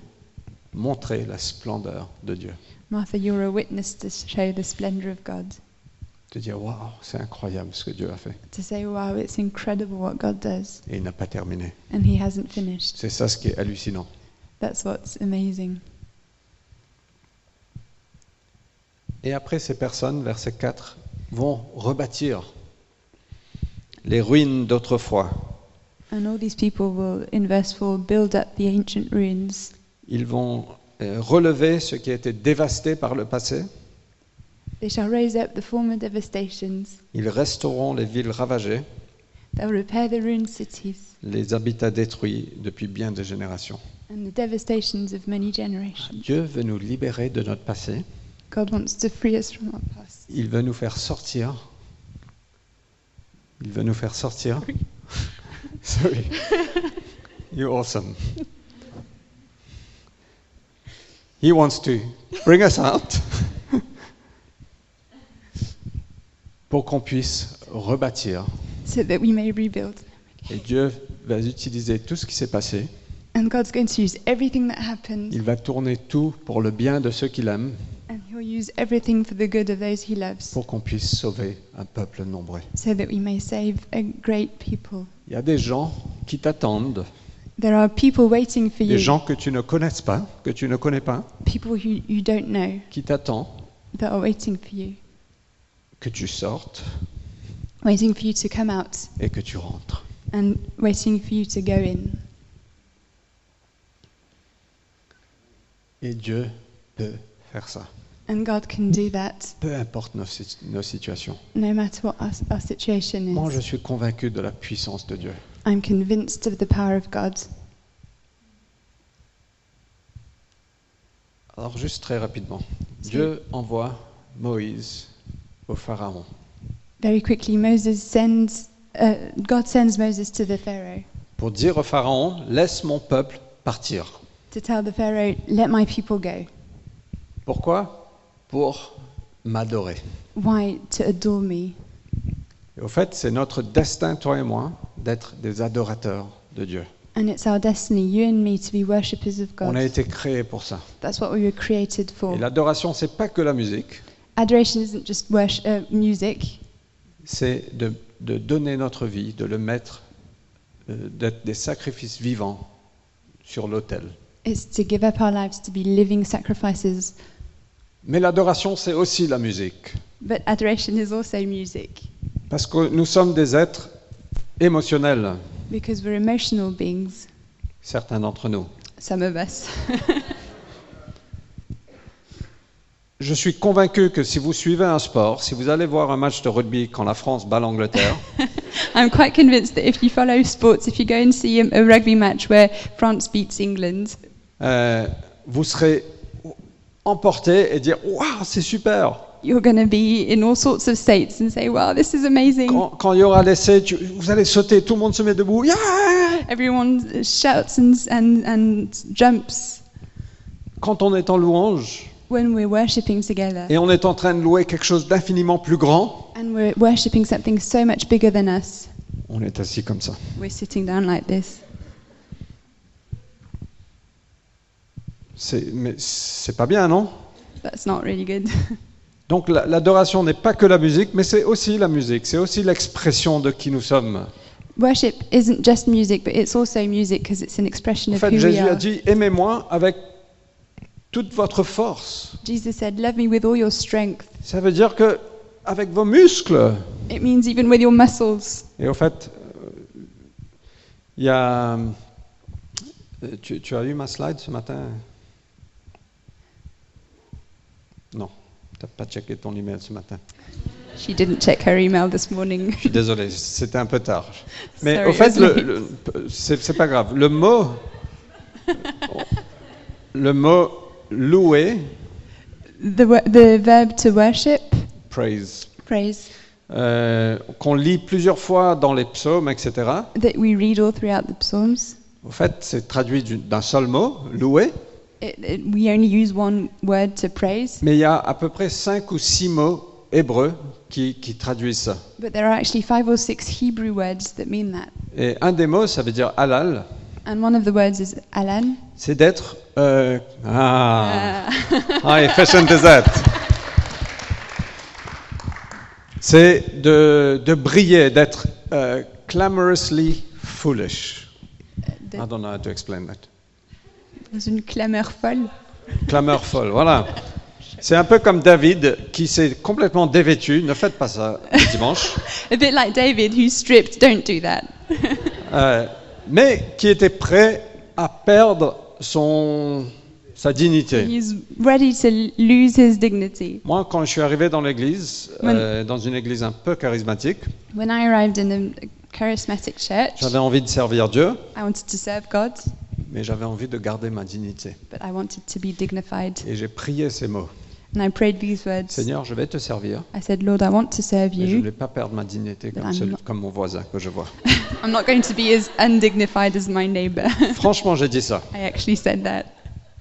A: montrer la splendeur de Dieu.
B: Martha, you're a witness to show the splendor of God.
A: Te dire, waouh, c'est incroyable ce que Dieu a fait.
B: To say, wow, it's incredible what God does,
A: Et il n'a pas terminé.
B: and He hasn't finished.
A: C'est ça ce qui est hallucinant.
B: That's what's amazing.
A: Et après, ces personnes, verset 4, vont rebâtir les ruines d'autrefois.
B: And all these people will, in verse 4, build up the ancient ruins.
A: Ils vont euh, relever ce qui a été dévasté par le passé.
B: They shall raise up the former devastations.
A: Ils restaureront les villes ravagées,
B: They'll repair the ruined cities
A: les habitats détruits depuis bien des générations.
B: and the devastations of many generations.
A: Dieu veut nous libérer de notre passé.
B: God wants to free us from our past.
A: Il veut nous faire sortir. Il veut nous faire sortir. Sorry. You're awesome. He wants to bring us out pour qu'on puisse rebâtir.
B: so that we may rebuild.
A: Et Dieu va utiliser tout ce qui s'est passé.
B: And God's going to use everything that happens,
A: Il va tourner tout pour le bien de ceux qu'il aime,
B: and He'll use everything for the good of those He loves,
A: pour qu'on puisse sauver un peuple nombreux.
B: so that we may save a great people.
A: Il y a des gens qui t'attendent
B: There are people waiting for
A: des
B: you,
A: gens que tu ne connaisses pas, que tu ne connais pas,
B: people who you don't know
A: qui t'attendent,
B: that are waiting for you,
A: que tu sortes
B: waiting for you to come out
A: et que tu rentres.
B: and waiting for you to go in.
A: Et Dieu peut faire ça.
B: And God can do that
A: peu importe nos, si- nos situations.
B: no matter what our, our situation is.
A: Moi, je suis convaincu de la puissance de Dieu.
B: I'm convinced of the power of God.
A: Alors, juste très rapidement, Dieu envoie Moïse au Pharaon.
B: Very quickly, Moses sends, uh, God sends Moses to the Pharaoh
A: pour dire au Pharaon, laisse mon peuple partir.
B: to tell the Pharaoh, let my people go.
A: Pourquoi Pour m'adorer.
B: Why? To adore me.
A: Et au fait, c'est notre destin, toi et moi, d'être des adorateurs de Dieu.
B: And it's our destiny, you and me, to be worshippers of
A: On a
B: God.
A: été créés pour ça.
B: That's what we were created
A: Et
B: for.
A: l'adoration, c'est pas que la musique,
B: Adoration isn't just worship, uh, music,
A: c'est de, de donner notre vie, de le mettre, euh, d'être des sacrifices vivants sur l'autel.
B: it's to give up our lives to be living sacrifices.
A: Mais l'adoration, c'est aussi la musique.
B: But adoration is also music
A: Parce que nous sommes des êtres émotionnels,
B: because we're emotional beings,
A: certains d'entre nous.
B: some of us.
A: Je suis convaincu que si vous suivez un sport, si vous allez voir un match de rugby quand la France bat l'Angleterre,
B: I'm quite convinced that if you follow sports, if you go and see a, a rugby match where France beats England,
A: euh, vous serez emporté et dire Waouh, c'est super
B: you're going to be in all sorts of states and say, wow, this is amazing.
A: Quand, quand il y aura l'essai, tu- vous allez sauter, tout le monde se met debout. Yeah
B: Everyone shouts and, and, and jumps
A: quand on est en louange
B: when we're worshipping together.
A: et on est en train de louer quelque chose d'infiniment plus grand,
B: And we're worshipping something so much bigger than us.
A: on est assis comme ça.
B: We're sitting down like this.
A: C'est, mais c'est pas bien, non
B: That's not really good.
A: Donc la- l'adoration n'est pas que la musique, mais c'est aussi la musique, c'est aussi l'expression de qui nous sommes.
B: Worship isn't just music, but it's also music because it's an expression
A: En
B: of
A: fait,
B: who we
A: Jésus a
B: are.
A: dit Aimez-moi avec toute votre force.
B: Jesus said, Love me with all your strength.
A: Ça veut dire que avec vos muscles.
B: It means even with your muscles.
A: Et au fait, euh, il y a. euh, Tu, tu as lu ma slide ce matin Non, tu n'as pas checké ton email ce matin.
B: She didn't check her email this morning.
A: Je suis désolé, c'était un peu tard. Mais
B: Sorry,
A: au fait, le,
B: Osmi.
A: le- c'est c'est pas grave. Le mot, le mot louer,
B: The, wo- the verb to worship,
A: praise,
B: praise,
A: euh, qu'on lit plusieurs fois dans les psaumes, etc.
B: that we read all throughout the Psalms,
A: Au fait, c'est traduit d'une- d'un seul mot, louer,
B: it, it, we only use one word to praise,
A: mais il y a à peu près cinq ou six mots hébreux qui, qui traduisent ça.
B: but there are actually five or six Hebrew words that mean that.
A: Et un des mots, ça veut dire halal,
B: And one of the words is alan.
A: c'est d'être. euh, ah,
B: Uh,
A: ah, fashion desert. C'est de, de briller, d'être euh, clamorously foolish. I
B: the-
A: don't know how to explain that.
B: dans une clameur folle.
A: Clameur folle, voilà. C'est un peu comme David qui s'est complètement dévêtu. Ne faites pas ça le dimanche.
B: A bit like David, who's stripped, don't do that.
A: Euh, mais qui était prêt à perdre son, sa dignité.
B: He's ready to l- lose his dignity.
A: Moi, quand je suis arrivé dans l'église, euh, dans une église un peu charismatique,
B: When I arrived in the charismatic church,
A: j'avais envie de servir Dieu,
B: I wanted to serve God,
A: mais j'avais envie de garder ma dignité.
B: but I wanted to be dignified.
A: Et j'ai prié ces mots.
B: And I prayed these words.
A: Seigneur, je vais te servir,
B: I said, Lord, I want to serve
A: mais je ne
B: you.
A: vais pas perdre ma dignité comme,
B: I'm
A: celui-
B: not-
A: comme mon voisin que je vois.
B: I'm not going to be as undignified as my neighbor.
A: Franchement, j'ai dit ça.
B: I actually said that.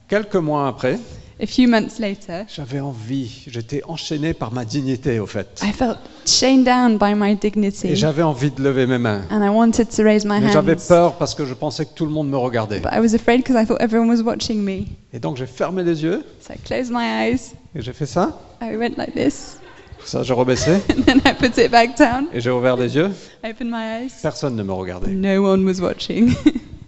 A: Quelques mois après,
B: A few months later,
A: j'avais envie, j'étais enchaîné par ma dignité au fait.
B: I felt chained down by my
A: Et
B: dignity
A: j'avais envie de lever mes mains.
B: and I wanted to raise my
A: Mais j'avais
B: hands.
A: peur parce que je pensais que tout le monde me regardait.
B: But I was afraid because I thought everyone was watching me.
A: Et donc j'ai fermé les yeux
B: So I closed my eyes,
A: et j'ai fait ça.
B: I went like this,
A: Ça, j'ai rebaissé
B: and then I put it back down.
A: et j'ai ouvert les yeux.
B: I opened my eyes.
A: Personne ne me regardait.
B: No one was watching.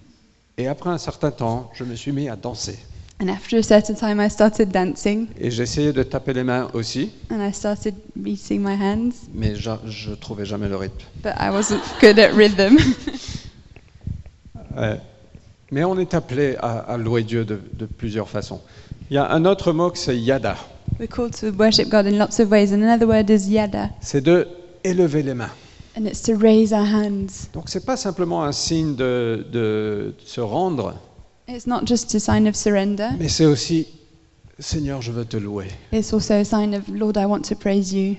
A: Et après un certain temps, je me suis mis à danser.
B: and after a certain time, I started dancing
A: Et j'essayais de taper les mains aussi,
B: and I started beating my hands,
A: mais j'a- je ne trouvais jamais le rythme.
B: but I wasn't good at rhythm.
A: Ouais. Mais on est appelé à, à louer Dieu de, de plusieurs façons. Il y a un autre mot que c'est yada.
B: We're called to worship God in lots of ways, and another word is yada,
A: c'est de élever les mains.
B: and it's to raise our hands.
A: Donc ce n'est pas simplement un signe de, de se rendre,
B: It's not just a sign of surrender,
A: mais c'est aussi Seigneur, je veux te louer.
B: it's also a sign of, Lord, I want to praise you.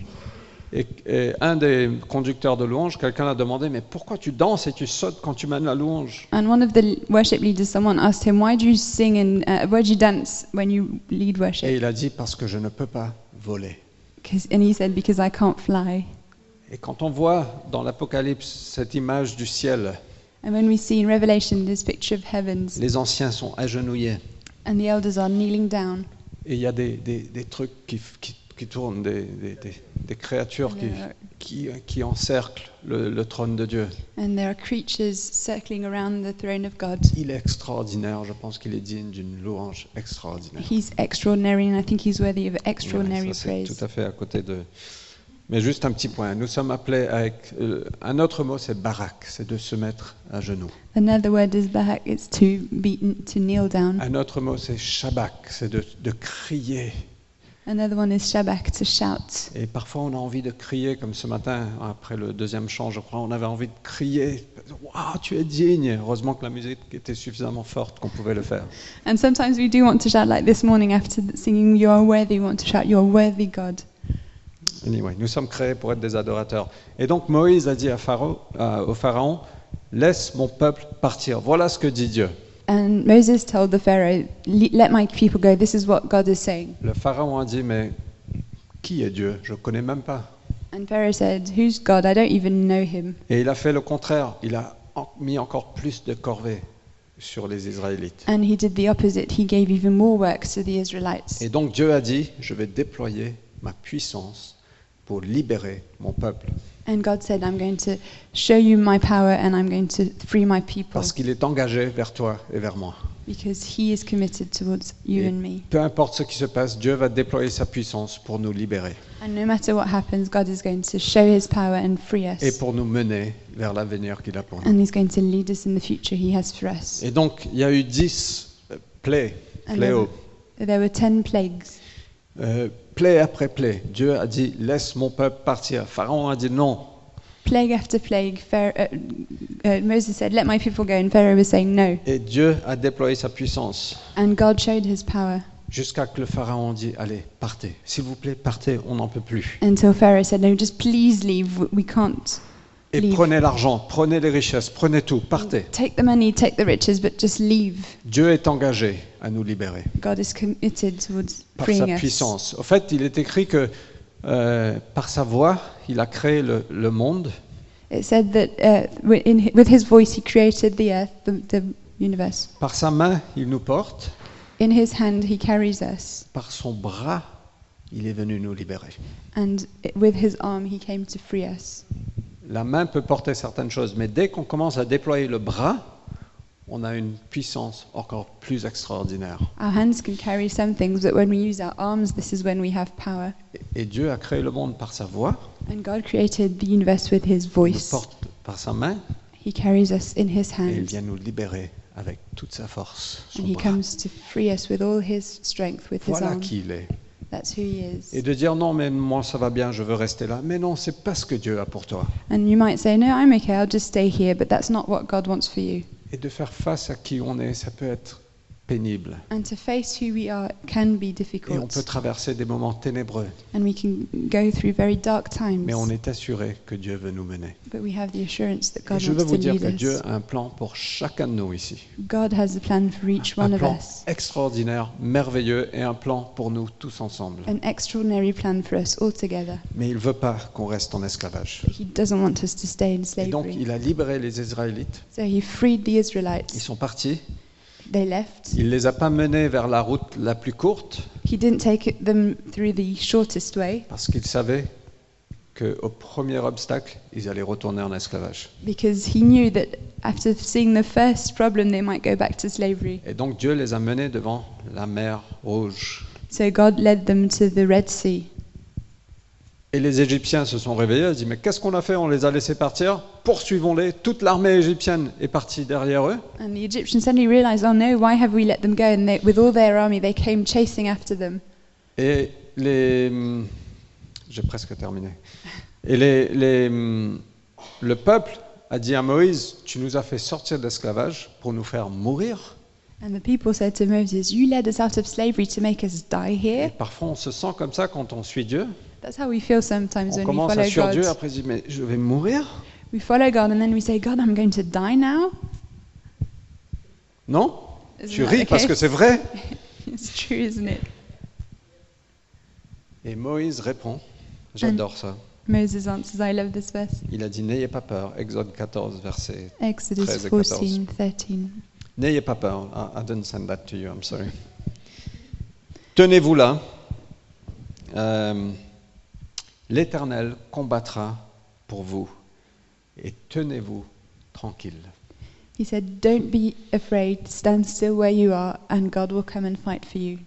A: Et, et un des conducteurs de louange, quelqu'un a demandé, mais pourquoi tu danses et tu sautes quand tu mènes la louange
B: And one of the l- worship leaders, someone asked him, Why do you sing and uh, why do you dance when you lead
A: Et
B: worship?
A: il a dit, parce que je ne peux pas voler.
B: 'Cause- and he said, Because I can't fly.
A: Et quand on voit dans l'Apocalypse cette image du ciel,
B: And when we see in Revelation this picture of heavens,
A: les anciens sont agenouillés,
B: and the elders are kneeling down,
A: et il y a des, des- des trucs qui, qui- qui tournent, des, des- des- des créatures qui,
B: Yeah.
A: qui- qui encerclent le- le trône de Dieu.
B: and there are creatures circling around the throne of God.
A: Il est extraordinaire, je pense qu'il est digne d'une louange extraordinaire.
B: He's extraordinary, and I think he's worthy of
A: Ouais,
B: extraordinary
A: ça, c'est
B: praise.
A: tout à fait à côté de. Mais juste un petit point. Nous sommes appelés avec. euh, un autre mot, c'est barak, c'est de se mettre à genoux.
B: Another word is bahak, it's to be, to kneel down.
A: Un autre mot, c'est shabak, c'est de, de crier.
B: Another one is shabak, to shout.
A: Et parfois, on a envie de crier, comme ce matin, après le deuxième chant, je crois, on avait envie de crier. Waouh, tu es digne Heureusement que la musique était suffisamment forte qu'on pouvait le faire.
B: And sometimes we do want to shout, like this morning after th- singing, You are worthy, we want to shout, You are worthy, God.
A: Anyway, nous sommes créés pour être des adorateurs. Et donc Moïse a dit à Pharaon, à- au Pharaon, laisse mon peuple partir. Voilà ce que dit Dieu.
B: And Moses told the Pharaoh, "Le- Let my people go. This is what God is saying.
A: Le Pharaon a dit, mais qui est Dieu Je ne connais même pas.
B: And Pharaoh said, Who's God? I don't even know him.
A: Et il a fait le contraire. Il a en- mis encore plus de corvées sur les Israélites.
B: And he did the opposite. He gave even more works to the Israelites.
A: Et donc Dieu a dit, je vais déployer ma puissance pour libérer mon peuple.
B: And God said, I'm going to show you my power and I'm going to free my people
A: Parce qu'il est engagé vers toi et vers moi.
B: because he is committed towards you
A: Et
B: and me.
A: peu importe ce qui se passe, Dieu va déployer sa puissance pour nous libérer.
B: And no matter what happens, God is going to show his power and free
A: et
B: us.
A: pour nous mener vers l'avenir qu'il a pour nous.
B: And he's going to lead us in the future he has for us.
A: Et donc, il y a eu 10 euh, plaies,
B: And
A: pléo,
B: There were 10 plagues.
A: euh, plaie après plaie. Dieu a dit Laisse mon peuple partir. Pharaon a dit Non.
B: Plague after plague, Pharaoh, uh, uh, Moses said, Let my people go. And Pharaoh was saying, No.
A: Et Dieu a déployé sa puissance
B: And God showed his power
A: jusqu'à que le Pharaon dit Allez, partez. S'il vous plaît, partez, on n'en peut plus.
B: until Pharaoh said, No, just please leave. We can't.
A: Et
B: Leave.
A: prenez l'argent, prenez les richesses, prenez tout, partez.
B: Take the money, take the riches, but just leave.
A: Dieu est engagé à nous libérer
B: God is committed towards
A: par sa
B: freeing us.
A: puissance. Au fait, il est écrit que euh, par sa voix, il a créé le- le monde.
B: It said that uh, wi- in, hi- with his voice he created the earth, the, the universe.
A: Par sa main, il nous porte.
B: In his hand he carries us,
A: Par son bras, il est venu nous libérer.
B: and i- with his arm he came to free us.
A: La main peut porter certaines choses, mais dès qu'on commence à déployer le bras, on a une puissance encore plus extraordinaire.
B: Our hands can carry some things, but when we use our arms, this is when we have power.
A: Et- Et Dieu a créé le monde par sa voix,
B: And God created the universe with
A: il
B: his
A: nous
B: voice.
A: porte par sa main,
B: He carries us in his
A: et il
B: hand,
A: vient nous libérer avec toute sa force, son
B: and he
A: bras.
B: comes to free us with all his strength, with his
A: Voilà
B: arm.
A: qui il est.
B: That's who he
A: Et
B: is.
A: de dire non, mais moi ça va bien, je veux rester là. Mais non, c'est pas ce que Dieu a pour toi.
B: And you might say, No, I'm okay, I'll just stay here, but that's not what God wants for you.
A: Et de faire face à qui on est, ça peut être pénible.
B: And to face who we are can be
A: Et on
B: difficult,
A: peut traverser des moments ténébreux.
B: and we can go through very dark times.
A: Mais on est assuré que Dieu veut nous mener.
B: But we have the assurance that
A: Et
B: God
A: je veux
B: wants
A: vous
B: to
A: dire
B: lead
A: que
B: us.
A: Dieu a un plan pour chacun de nous ici.
B: God has a plan for each one
A: un
B: of
A: plan
B: us,
A: extraordinaire, merveilleux et un plan pour nous tous ensemble.
B: an extraordinary plan for us all together.
A: Mais il ne veut pas qu'on reste en esclavage.
B: But He doesn't want us to stay in
A: Et donc
B: slavery.
A: il a libéré les Israélites.
B: So He freed the
A: Ils
B: Israelites.
A: sont partis.
B: They left.
A: Il ne les a pas menés vers la route la plus courte
B: He didn't take it- them through the shortest way
A: parce qu'ils savaient qu'au premier obstacle, ils allaient retourner en esclavage.
B: because He knew that after seeing the first problem, they might go back to slavery.
A: Et donc Dieu les a menés devant la mer Rouge.
B: So God led them to the Red Sea.
A: Et les Égyptiens se sont réveillés, ils se disent mais qu'est-ce qu'on a fait On les a laissés partir, poursuivons-les. Toute l'armée égyptienne est partie derrière eux.
B: And the Egyptians suddenly realized, oh no, why have we let them go? And they, with all their army, they came chasing after them.
A: Et les hum, j'ai presque terminé. Et les, les, hum, le peuple a dit à Moïse, tu nous as fait sortir de l'esclavage pour nous faire mourir.
B: And the people said to Moses, You led us out of slavery to make us die
A: Et
B: here.
A: parfois on se sent comme ça quand on suit Dieu.
B: That's how we feel sometimes
A: On
B: when we
A: commence à
B: follow
A: suivre Dieu,
B: God.
A: après on se dit, mais je vais mourir
B: We follow God and then we say, God, I'm going to die now.
A: Non
B: Isn't
A: Tu
B: that
A: ris
B: the
A: parce
B: case?
A: que c'est vrai.
B: It's true, isn't it?
A: Et Moïse répond, j'adore ça.
B: Moses answers, I love this verse.
A: Il a dit, n'ayez pas peur, Exode 14, verset
B: Exodus
A: 13 et 14.
B: 14, 13.
A: N'ayez pas peur. I, I didn't send that to you, I'm sorry. Tenez-vous là. Euh, L'Éternel combattra pour vous. Et tenez-vous tranquille.
B: He said, Don't be afraid, stand still where you are, and God will come and fight for you.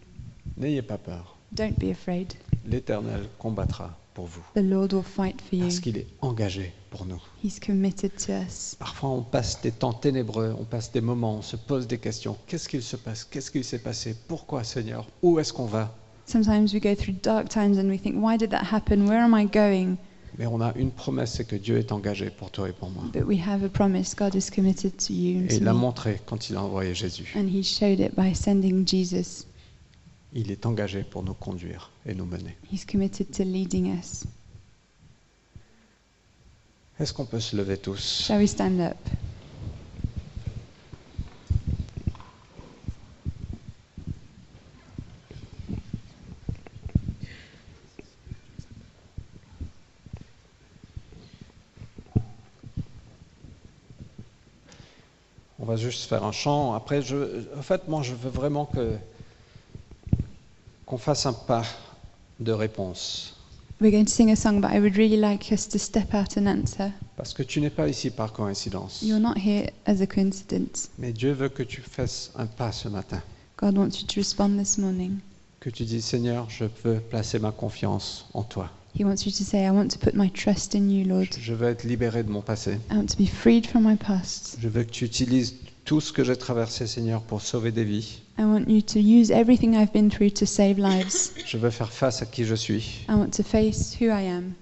A: N'ayez pas peur.
B: Don't be afraid,
A: L'Éternel combattra pour vous.
B: the Lord will fight for you.
A: Parce qu'il est engagé pour nous.
B: He's committed to us.
A: Parfois, on passe des temps ténébreux, on passe des moments, on se pose des questions. Qu'est-ce qu'il se passe Qu'est-ce qu'il s'est passé Pourquoi, Seigneur Où est-ce qu'on va
B: Sometimes we go through dark times and we think, Why did that happen? Where am I going?
A: Mais on a une promesse, c'est que Dieu est engagé pour toi et pour moi.
B: But we have a promise God is committed to you and
A: Et
B: to
A: il l'a
B: me.
A: montré quand il a envoyé Jésus.
B: And He showed it by sending Jesus.
A: Il est engagé pour nous conduire et nous mener.
B: He's committed to leading us.
A: Est-ce qu'on peut se lever tous
B: Shall we stand up?
A: On va juste faire un chant. Après, je, en fait, moi, je veux vraiment que qu'on fasse un pas de réponse.
B: We're going to sing a song, but I would really like us to step out and answer.
A: Parce que tu n'es pas ici par coïncidence.
B: You're not here as a coincidence.
A: Mais Dieu veut que tu fasses un pas ce matin.
B: God wants you to respond this morning.
A: Que tu dis, Seigneur, je veux placer ma confiance en toi.
B: He wants you to say, I want to put my trust in you, Lord.
A: Je- Je veux être libéré de mon passé.
B: I want to be freed from my past.
A: Je veux que tu utilises tout ce que j'ai traversé, Seigneur, pour sauver des vies.
B: I want you to use everything I've been through to save lives.
A: Je veux faire face à qui je suis.
B: I want to face who I am,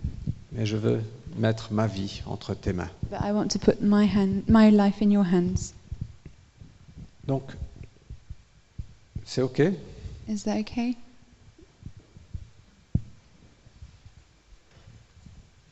A: Mais je veux mettre ma vie entre tes mains.
B: but I want to put my hand, my life in your hands.
A: Donc, c'est OK
B: Is that okay?